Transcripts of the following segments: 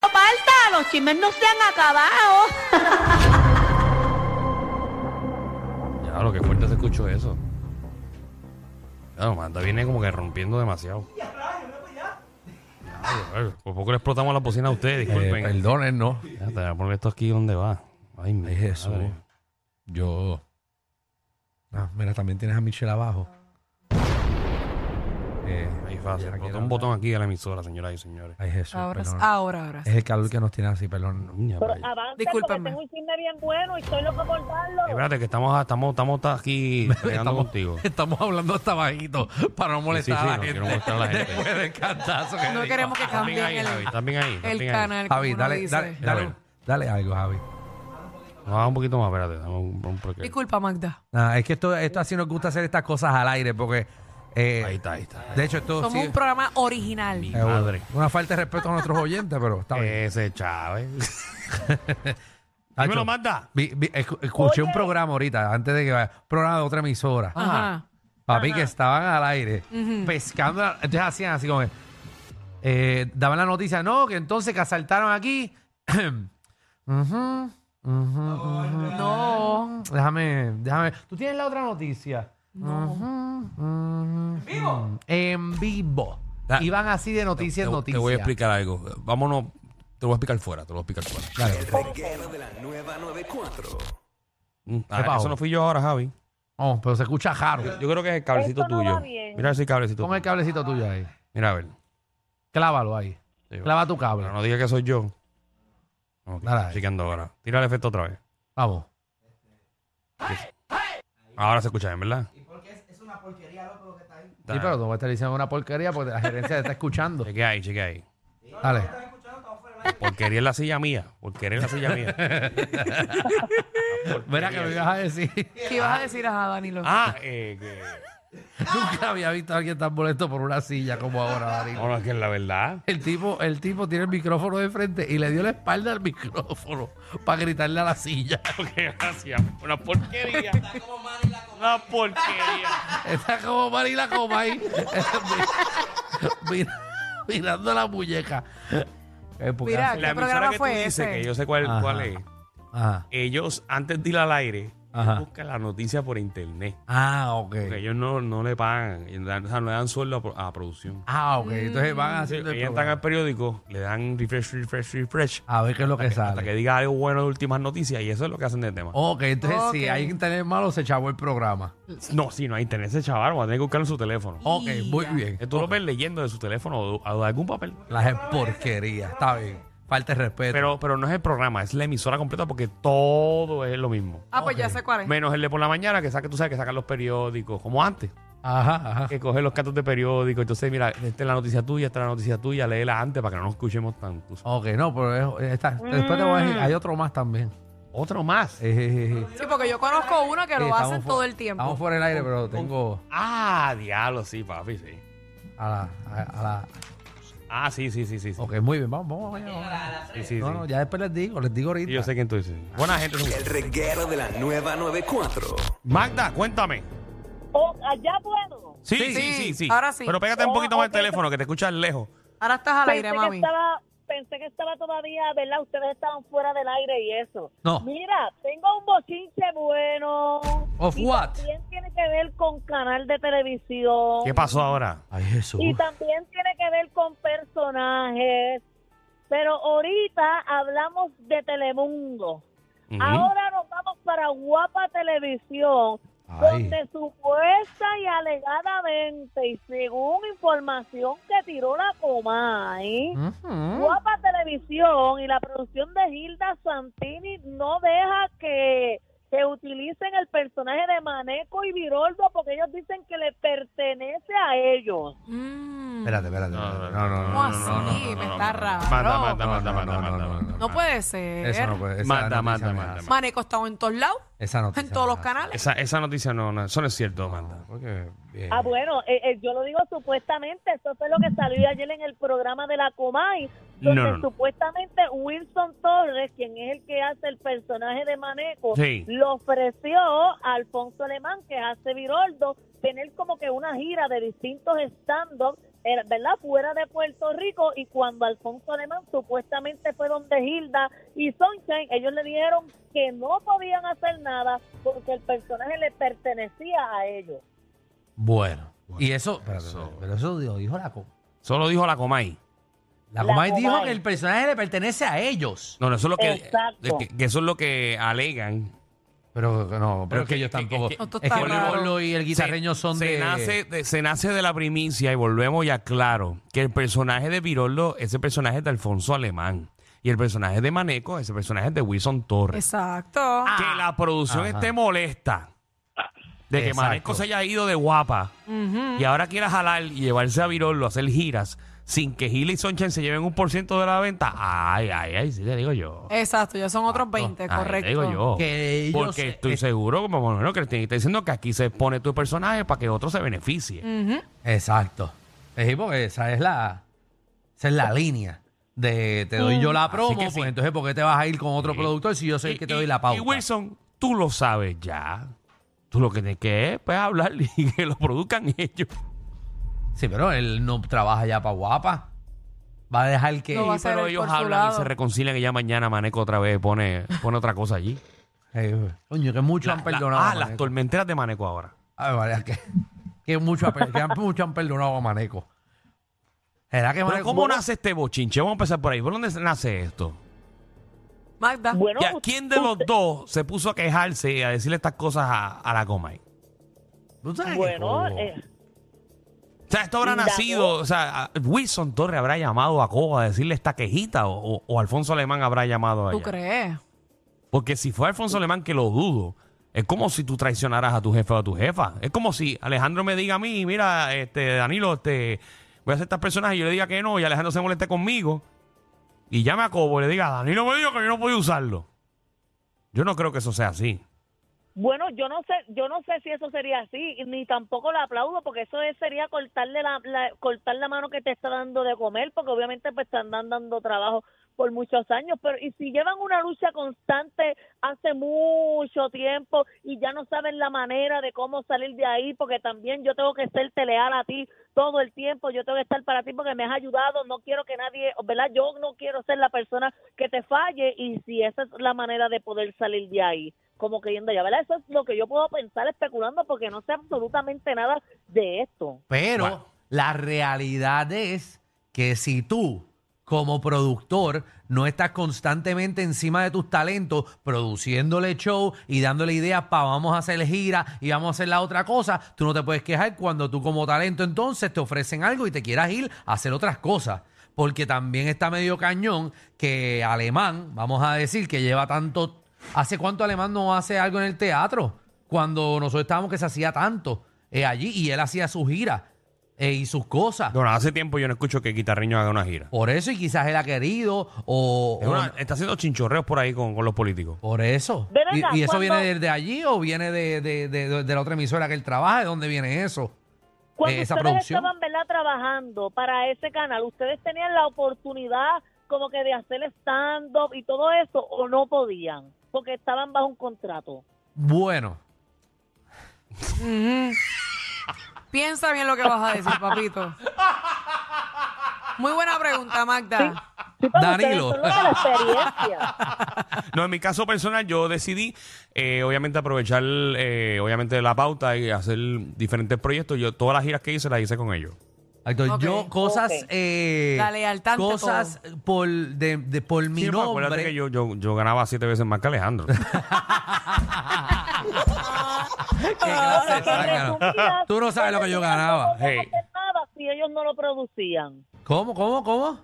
falta, los chismes no se han acabado. Ya, lo que fuerte se escuchó eso. Claro, Manda viene como que rompiendo demasiado. Ya, bro, Por poco le explotamos la bocina a ustedes, Eh, disculpen. perdonen, no. Ya, te voy a poner esto aquí donde va. Ay, mi Ay, Jesús. madre. Yo. Ah, mira, también tienes a Michelle abajo. Eh, Ahí fácil. ya Explotó quiero- un botón aquí a la emisora, señoras y señores. Ay, Jesús. Ahora, perdón. ahora, ahora. Es el calor que nos tiene así, perdón. Niña, Pero vaya. avanza porque Discúlpame. tengo un chisme bien bueno y estoy loco por darlo. eh, Espérate, que estamos, estamos, estamos aquí peleando contigo. Estamos hablando hasta bajito para no Sí, sí, molestar sí, a la no gente. quiero molestar a la gente. Después del cantazo que No le queremos dio. que cambien ahí, el, Javi, también ahí, el también ahí. canal. como Javi, uno dale, dice. dale, dale, Déjame dale algo, Javi. Nos vamos un poquito más, espérate. Dame un, un break. Disculpa, Magda. Nada, es que esto, esto así nos gusta hacer estas cosas al aire porque. eh, Ahí está, ahí está. De hecho, esto Somos Oh, sí- un programa original. Mi eh, madre. Una falta de respeto a nuestros oyentes, pero está bien. Ese Chávez. Tacho, Dímelo, Magda. vi- vi- escu- escuché un programa ahorita, antes de que vaya, un programa de otra emisora. Ajá. Papi, que estaban al aire, pescando. la- Entonces hacían así como. eh, daban la noticia, no, que entonces que asaltaron aquí. Ujú, ujú, ujú. No. Déjame, déjame. ¿Tú tienes la otra noticia? ¿En vivo? En vivo. Da- Iban así de noticia Ah. te, en noticia. te voy a explicar algo. Vámonos. Te lo voy a explicar fuera. Te lo voy a explicar fuera. Mm, ah, pasó? eso no fui yo ahora, Javi. Oh, pero se escucha Jaro. Yo creo que es el cablecito Esto no tuyo. va bien. Mira ese cablecito. Pon el cablecito tuyo ahí. Mira, a ver. Clávalo ahí. Sí, va. Clava tu cable. Pero no diga que soy yo. Ok, Dale. así que ando ahora. Tira el efecto otra vez. Vamos. Ahora se escucha bien, ¿verdad? Sí, pero tú me estás diciendo una porquería porque la gerencia te está escuchando. Cheque ahí, cheque ahí. Dale. Porquería en la silla mía. Porquería en la silla mía. Mira que me ibas a decir. ¿Qué ibas a decir a Danilo? Ah, eh, que... Nunca había visto a alguien tan molesto por una silla como ahora, Darío. No, no, es que es la verdad. El tipo, el tipo tiene el micrófono de frente y le dio la espalda al micrófono para gritarle a la silla. Porque gracias. Una porquería. Una porquería. Está como Marila Comay. Mira- mirando la muñeca. Eh, porque Mira, hace- La ¿Qué programa emisora que tú fue dices, ese? que yo sé cuál, Ajá. cuál es. Ajá. Ellos, antes de ir al aire, Ajá. buscan la noticia por internet. Ah, ok. Porque ellos no, no le pagan. O sea, no le dan sueldo a pro- a producción. Ah, ok. Entonces van Sí, haciendo el ellos entran programa. al periódico, le dan refresh, refresh, refresh, a ver qué es lo que hasta sale. que diga algo bueno de últimas noticias y eso es lo que hacen de tema. Ok, entonces si Ok. hay internet malo, se chavó el programa. No, si no hay internet ese chaval, va a tener que buscarlo en su teléfono. Ok, muy Ya. bien. Tú lo ves leyendo de su teléfono o de- o de algún papel. Las porquerías, está bien. Falta de respeto. Pero, pero no es el programa, es la emisora completa porque todo es lo mismo. Ah, pues ya sé cuál es. Menos el de por la mañana, que saca, tú sabes que sacan los periódicos, como antes, Ajá, ajá. que cogen los cantos de periódico. Entonces, mira, esta es la noticia tuya, esta es la noticia tuya, léela antes para que no nos escuchemos tanto. Ok, no, pero es- está- después te voy a decir, Mm. hay otro más también. Otro más. Eh, Sí, porque yo conozco uno que lo estamos hacen fu- todo el tiempo. Estamos fuera del aire, pero tengo Ah, diablo, sí, papi, sí. a la... A, a la Ah, sí, sí, sí, sí. sí. ok, muy bien, vamos, vamos. vamos, vamos. Sí, sí, No, sí. no, ya después les digo, les digo ahorita. Y yo sé quién tú dices. Buena gente. son ustedes. Reguero de la nueva 94. Magda, cuéntame. Oh, allá puedo. Sí, Sí, sí, sí, sí. sí, ahora sí. Pero pégate un Oh, poquito más el ok. teléfono, que te escuchas lejos. Ahora estás al aire, pensé, que mami. estaba, pensé que estaba todavía, ¿verdad? Ustedes estaban fuera del aire y eso. No. Mira, tengo un bochinche bueno. Of y what? También tiene que ver con canal de televisión. ¿Qué pasó ahora? Ay, Jesús. Y también tiene que ver con personajes. Pero ahorita hablamos de Telemundo. Ujú. Ahora nos vamos para Guapa Televisión, Ay. donde supuesta y alegadamente, y según información que tiró la Comay, Ujú. Guapa Televisión y la producción de Gilda Santini no deja que que utilicen el personaje de Maneco y Viroldo porque ellos dicen que le pertenece a ellos. Mm, Espérate, espérate. No, espérate. no, No, no, no. ¿Cómo así? no, no, Me no, está no. raro. Manda, manda, No, manda, manda, no, no, no, manda, no, manda. no. No puede ser. Eso no puede. esa Manda, noticia manda, me manda, hace. Maneco estaba en todos lados, Esa noticia. en todos los me hace. canales. Esa, esa noticia no, no, eso no es cierto, Amanda. Porque, eh, Ah, bueno, eh, eh, yo lo digo supuestamente, eso fue lo que salió ayer en el programa de la Comay, donde No, no, no. supuestamente Wilson Torres, quien es el que hace el personaje de Maneco, Sí. le ofreció a Alfonso Alemán, que hace Viroldo, tener como que una gira de distintos stand-ups, eh, ¿verdad?, fuera de Puerto Rico, y cuando Alfonso Alemán supuestamente fue donde Hilda y Sunshine, ellos le dijeron que no podían hacer nada porque el personaje le pertenecía a ellos. Bueno. Y eso, espérate, Eso- espérate, pero eso dijo, dijo la Comay. Solo dijo la Comay. La La Comay dijo Comay. que el personaje le pertenece a ellos. No, no, eso es lo que, Exacto. que- que eso es lo que alegan. Pero no, pero Pero es que que- ellos que- tampoco. que- que- Esto es está que el raro. Gorlo y el guitarreño se, son se de. Nace de- se nace de la primicia y volvemos ya claro que el personaje de Viroldo, ese personaje es de Alfonso Alemán. Y el personaje de Maneco, ese personaje es de Wilson Torres. Exacto. Que la producción Ajá. esté molesta de que Exacto. Maneco se haya ido de guapa y ahora quiera jalar y llevarse a Viroldo a hacer giras sin que Gil y Sonchen se lleven un por ciento de la venta. Ay, ay, ay, sí te digo yo. Exacto, ya son otros 20, Ay, te correcto. Ah, digo yo. Que ellos- Porque estoy seguro, como bueno, que te está diciendo que aquí se pone tu personaje para que otro se beneficie. Mm. Exacto. Es decir, porque esa es la, esa es la línea de te doy yo la Así promo, que sí. pues entonces ¿por qué te vas a ir con otro Sí. productor si yo soy el que te Y- doy y- la pauta? Y Wilson, tú lo sabes ya. Tú lo que tienes que es pues, hablar y que lo produzcan ellos. Sí, pero él no trabaja ya para guapa. Va a dejar que... No va a Sí, ser pero el ellos por su hablan y lado. se reconcilian y ya mañana Maneco otra vez pone, pone otra cosa allí. Eh, coño, que mucho han La- la- perdonado. ah, a las Maneco. tormenteras de Maneco ahora. Ay, María, que, que mucho, ha per- que han, mucho han perdonado a Maneco. ¿Será que Pero Maneco... ¿cómo nace este bochinche? Vamos a empezar por ahí. ¿Por dónde nace esto? Magda. Bueno, ¿Y a usted- quién de los usted- dos se puso a quejarse y a decirle estas cosas a, a la Comay? ¿Tú sabes que- Bueno, oh. eh, O sea, esto habrá La nacido, o sea, a- Wilson Torre habrá llamado a Coba a decirle esta quejita o, o- o Alfonso Alemán habrá llamado a ¿Tú crees? Porque si fue Alfonso Alemán, que lo dudo, es como si tú traicionaras a tu jefe o a tu jefa. Es como si Alejandro me diga a mí, mira, este, Danilo, este, voy a hacer estas personas y yo le diga que no, y Alejandro se moleste conmigo, y llame a Cobo y le diga, Danilo me dijo que yo no podía usarlo. Yo no creo que eso sea así. bueno, yo no sé, yo no sé si eso sería así, ni tampoco lo aplaudo, porque eso es- sería cortarle la, la- cortar la mano que te está dando de comer, porque obviamente pues te andan dando trabajo por muchos años, pero y si llevan una lucha constante hace mucho tiempo y ya no saben la manera de cómo salir de ahí, porque también yo tengo que ser leal a ti todo el tiempo, yo tengo que estar para ti porque me has ayudado, no quiero que nadie, ¿verdad? Yo no quiero ser la persona que te falle y si esa es la manera de poder salir de ahí, como que yendo allá, ¿verdad? Eso es lo que yo puedo pensar especulando porque no sé absolutamente nada de esto. Pero Bueno. la realidad es que si tú, como productor, no estás constantemente encima de tus talentos, produciéndole show y dándole ideas para vamos a hacer gira y vamos a hacer la otra cosa, tú no te puedes quejar cuando tú como talento entonces te ofrecen algo y te quieras ir a hacer otras cosas. Porque también está medio cañón que Alemán, vamos a decir, que lleva tanto... ¿Hace cuánto Alemán no hace algo en el teatro? cuando nosotros estábamos que se hacía tanto eh, allí y él hacía su gira eh, y sus cosas. Bueno, hace tiempo yo no escucho que Guitarreño haga una gira. Por eso y quizás él ha querido o... Es o- una- está haciendo chinchorreos por ahí con, con los políticos. por eso. Ven ¿Y, acá, y eso cuando- viene desde allí o viene de, de- de- de la otra emisora que él trabaja? ¿De dónde viene eso? Cuando Eh, esa ustedes producción. estaban ¿verdad? trabajando para ese canal, ¿ustedes tenían la oportunidad como que de hacer stand-up y todo eso o no podían? Porque estaban bajo un contrato. Bueno, Piensa bien lo que vas a decir, papito. Muy buena pregunta, Magda. Sí, porque Danilo. ustedes son los de la experiencia. No, en mi caso personal, yo decidí, eh, obviamente, aprovechar, eh, obviamente, la pauta y hacer diferentes proyectos. Yo todas las giras que hice las hice con ellos. Héctor, Ok, yo cosas... ok. eh, La lealtad ante Cosas por, de, de- por mi Sí, pues, acuérdate nombre. que yo, yo, yo ganaba siete veces más que Alejandro. Que Ah, gracias, Porque Ángel. resumidas, Tú no sabes lo que yo ellos no ganaba. podían Hey. hacer nada si ellos no lo producían. ¿Cómo, cómo, cómo?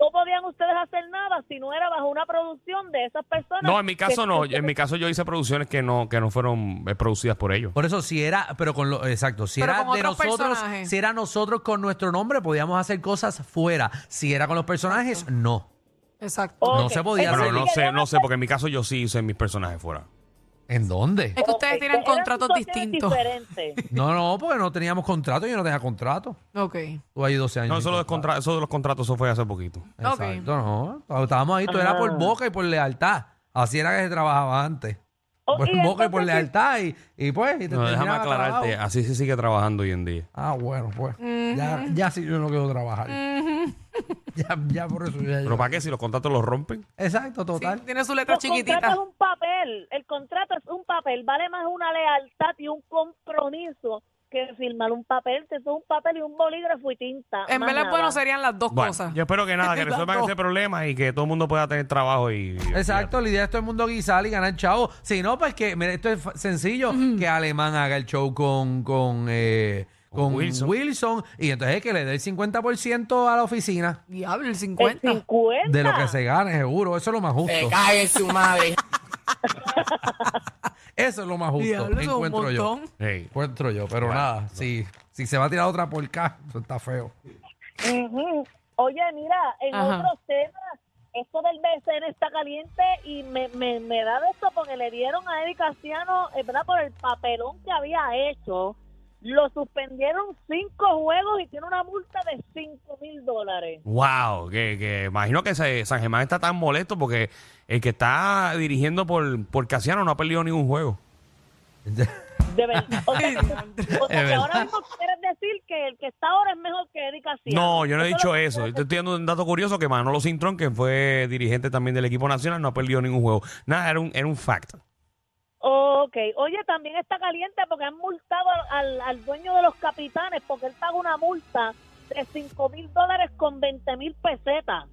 no podían ustedes hacer nada si no era bajo una producción de esas personas. No, en mi caso que- no. En mi caso yo hice producciones que no, que no fueron eh, producidas por ellos. Por eso, si era, pero con lo, exacto, si Pero era con de otros nosotros, personajes. si era nosotros con nuestro nombre, podíamos hacer cosas fuera. Si era con los personajes, no. Exacto. No Ok. se podía Entonces, Pero no hacer. si sé, querían no sé, porque en mi caso yo sí hice mis personajes fuera. ¿En dónde? Es que ustedes Ok, tienen pues eran contratos situaciones distintos. diferentes. No, no, porque no teníamos contrato, yo no tenía contrato. Ok. Tú ahí 12 años. No, sin eso, lo de contrato. contra- eso de los contratos, eso fue hace poquito. Exacto, Ok. no. Estábamos ahí, tú era Ah. por boca y por lealtad. Así era que se trabajaba antes. Oh, por y boca y por entonces, lealtad y, y pues. Y te No, déjame terminaba aclararte, trabajado. así se sigue trabajando hoy en día. Ah, bueno, pues. Ya, ya sí yo no quiero trabajar. ya, ya por eso ya Pero yo. ¿para qué si los contratos los rompen? Exacto, total. Tiene su letra Los contratos chiquitita. es un papel, el contrato es un papel, vale más una lealtad y un compromiso que firmar un papel, que eso es un papel y un bolígrafo y tinta. En más verdad, nada. bueno, serían las dos Bueno, cosas. yo espero que nada, que Las resuelvan dos. ese problema y que todo el mundo pueda tener trabajo y... y- Exacto, la idea es todo el mundo guisar y ganar chavo. Si no, pues que, mira, esto es fa- sencillo, que Alemán haga el show con, con, eh, Con con Wilson. Wilson. y entonces que le dé el 50% a la oficina Diablo, el El 50. 50. de lo que se gane, seguro. Eso es lo más justo. cae en su madre. Eso es lo más justo, Diablo, eso es un encuentro yo. montón. Hey. Encuentro yo, pero nada, si, si se va a tirar otra por acá, eso está feo. Ujú. Oye, mira, en Ajá. otros temas, esto del BCN está caliente y me, me, me da de esto porque le dieron a Eric Casiano, eh, ¿verdad? Por el papelón que había hecho. Lo suspendieron cinco juegos y tiene una multa de cinco mil dólares. Wow, que, que imagino que se- San Germán está tan molesto porque el que está dirigiendo por, por Casiano no ha perdido ningún juego. De verdad. O sea, que- o sea, Es que verdad. ahora mismo quieres decir que el que está ahora es mejor que Eric Casiano. No, yo no he es ah, lo dicho que eso. quieres Yo estoy dando un dato curioso que Manolo Cintrón, que fue dirigente también del equipo nacional, no ha perdido ningún juego. Nada, era un, era un fact. Ok, oye, también está caliente porque han multado al, al dueño de los capitanes porque él paga una multa de 5 mil dólares con 20 mil pesetas.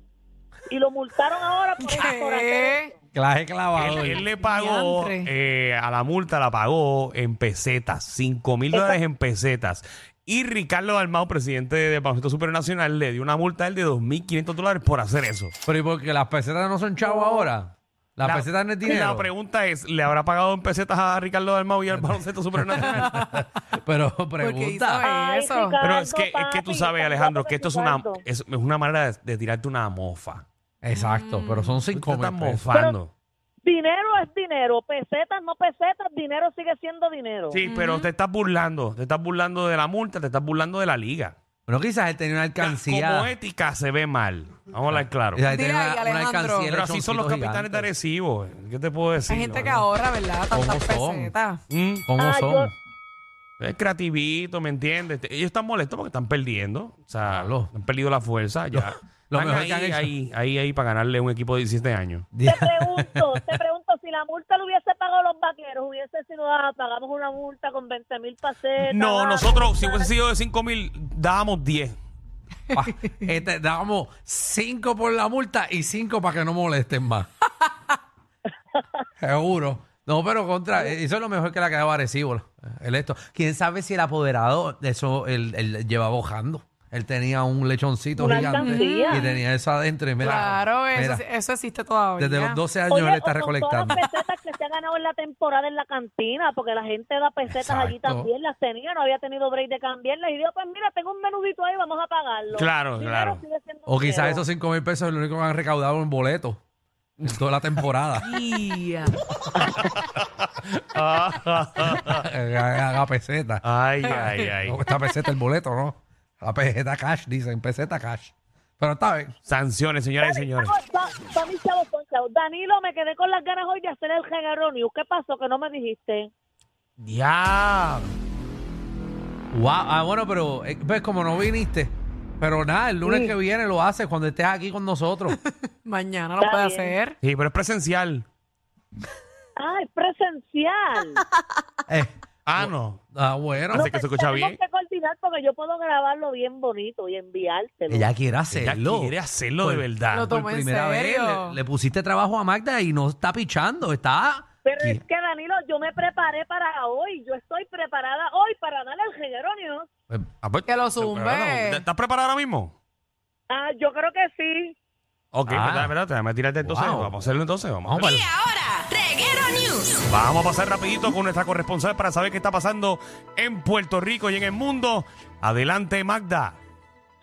Y lo multaron ahora por eso, por hacer ¿Qué? eso. Claje clavado. Él, él le pagó Diantre. eh, a la multa, la pagó en pesetas, 5 mil dólares en pesetas. Y Ricardo Dalmau, presidente de Baloncesto Supernacional, le dio una multa a él de 2.500 dólares por hacer eso. Pero ¿y porque las pesetas no son chavo ahora? Las pesetas no es La dinero. pregunta es, ¿le habrá pagado en pesetas a Ricardo Dalmau y al Baloncesto Supernacional? Pero Porque hizo pregunta. eso. Ricardo, Pero es que, es que tú sabes, papi, estamos Alejandro, hablando que esto es de una, Ricardo. es, es una manera de, de tirarte una mofa. Exacto, pero son Tú te 5 estás mil pesos. mofando. Dinero es dinero, pesetas no pesetas, dinero sigue siendo dinero. Sí, pero te estás burlando. Te estás burlando de la multa, te estás burlando de la liga. Bueno, quizás él tenía una Como este. alcancía. ética se ve mal. Vamos a hablar claro. Quizás él Dile tenía ahí, una, una Alejandro. alcancía. de Pero así son los lechoncitos capitanes de gigantes. Arecibo. eh. ¿Qué te puedo decir? Hay gente que mano? ahorra, ¿verdad? Tantas son? pesetas. Mm, ¿Cómo Ah, yo- son? es creativito, ¿me entiendes? Te- Ellos están molestos porque están perdiendo. O sea, Claro. han perdido la fuerza. Ya. lo Están mejor ahí, que han hecho. ahí, ahí, ahí para ganarle un equipo de 17 años. Te pregunto, te pregunto, si la multa lo hubiese pagado los vaqueros, hubiese sido, ah, pagamos una multa con 20 mil pesetas. No, ah, nosotros, si hubiese sido de 5 mil, dábamos 10. Pa- este, damos 5 por la multa y 5 para que no molesten más. Seguro. No, pero contra, eh, eso es lo mejor que le ha quedado a Arecibo, eh, El esto. Quién sabe si el apoderado, eso él, él llevaba bojando. Él tenía un lechoncito Una gigante alcancía. y tenía eso adentro. Y mira, Claro, eso, mira, eso existe todavía. desde los 12 años Oye, él está o con todas recolectando. las pesetas que se ha ganado en la temporada en la cantina, porque la gente da pesetas allí Exacto. también, las tenía, no había tenido break de cambiarlas. Y digo, pues mira, tengo un menudito ahí, vamos a pagarlo. Claro, Dinero claro. sigue siendo O quizás dinero. esos 5 mil pesos es lo único que han recaudado en boletos en toda la temporada. Ya. Eh, Haga peseta. Ay, ay, ay. No, esta peseta el boleto, ¿no? La peseta cash, dicen, peseta cash. Pero está bien. Sanciones, señoras y señores. Chavos, pa- pa' mis chavos, son chavos. Danilo, me quedé con las ganas hoy de hacer el regaronius. ¿Qué pasó que no me dijiste? Diablo. Wow. Ah, bueno, pero eh, pues como no viniste. Pero nada, el lunes que viene lo haces cuando estés aquí con nosotros. Mañana lo Está puede bien. hacer. Sí, pero es presencial. Ah, es presencial. Eh, Ah, no. ah, bueno. Así que se escucha Tenemos bien. que coordinar porque yo puedo grabarlo bien bonito y enviártelo. Ella quiere Ella hacerlo. Pues, quiere hacerlo de Lo verdad. Pues, Por tomó en primera vez serio. le, le pusiste trabajo a Magda y no está pichando, está... Pero es que, Danilo, yo me preparé para hoy. Yo estoy preparada hoy para darle el regaronius. Eh, Ah, pues, Que lo ¿estás preparado? zumbe. ¿Estás preparado ahora mismo? Ah, yo creo que sí. Ok, Ah. espérate, espérate, déjame tirarte entonces. Wow. Vamos a hacerlo entonces, vamos a Vamos hacerlo. para ahora, Reguero News. Vamos a pasar rapidito con nuestra corresponsal para saber qué está pasando en Puerto Rico y en el mundo. Adelante, Magda.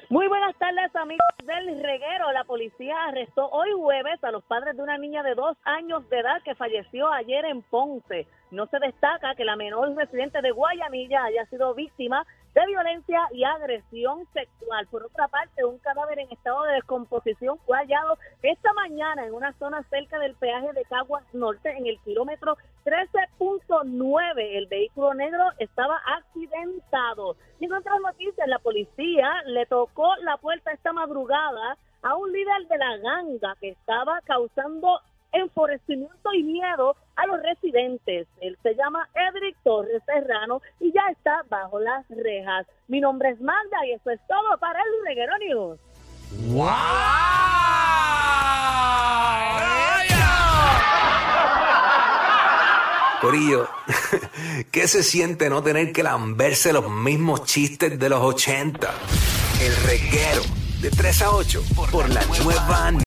Muy buenas tardes, amigos del reguero. La policía arrestó hoy jueves a los padres de una niña de dos años de edad que falleció ayer en Ponce. No se destaca que la menor residente de Guayanilla haya sido víctima de violencia y agresión sexual. Por otra parte, un cadáver en estado de descomposición fue hallado esta mañana en una zona cerca del peaje de Caguas Norte, en el kilómetro 13.9. El vehículo negro estaba accidentado. Y en otras noticias, la policía le tocó la puerta esta madrugada a un líder de la ganga que estaba causando enfurecimiento y miedo a los residentes. Él se llama Edric Torres Serrano y ya está bajo las rejas. Mi nombre es Magda y eso es todo para el Reguero News. Corillo, ¿qué se siente no tener que lamberse los mismos chistes de los 80? El reguero de 3 a 8 por la nueva